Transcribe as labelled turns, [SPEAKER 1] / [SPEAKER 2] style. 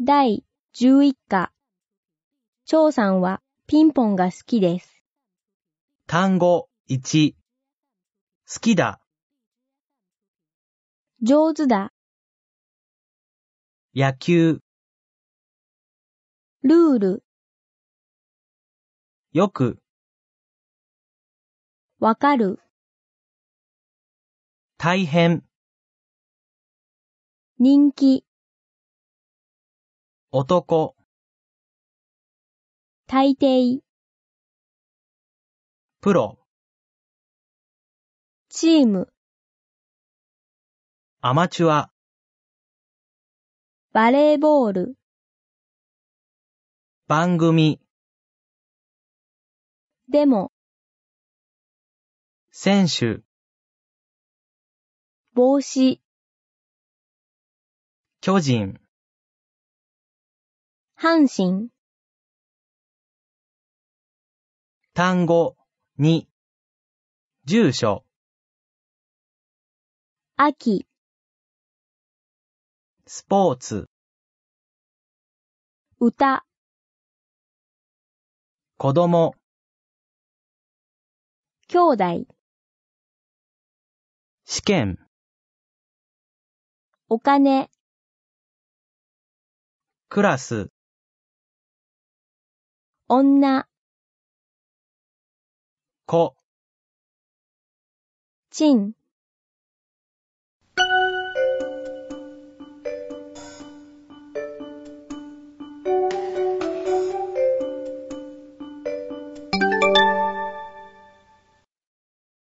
[SPEAKER 1] 第11課。張さんはピンポンが好きです。
[SPEAKER 2] 単語1好きだ、
[SPEAKER 1] 上手だ。
[SPEAKER 2] 野球、
[SPEAKER 1] ルール。
[SPEAKER 2] よく、
[SPEAKER 1] わかる。
[SPEAKER 2] 大変、
[SPEAKER 1] 人気。
[SPEAKER 2] 男、
[SPEAKER 1] 大抵。
[SPEAKER 2] プロ、
[SPEAKER 1] チーム。
[SPEAKER 2] アマチュア、
[SPEAKER 1] バレーボール。
[SPEAKER 2] 番組、
[SPEAKER 1] でも、
[SPEAKER 2] 選手、
[SPEAKER 1] 帽子。
[SPEAKER 2] 巨人、
[SPEAKER 1] 阪神。
[SPEAKER 2] 単語2住所、
[SPEAKER 1] 秋。
[SPEAKER 2] スポーツ、
[SPEAKER 1] 歌。
[SPEAKER 2] 子供、
[SPEAKER 1] 兄弟。
[SPEAKER 2] 試験、
[SPEAKER 1] お金。
[SPEAKER 2] クラス、
[SPEAKER 1] 女。
[SPEAKER 2] 子、
[SPEAKER 1] チン。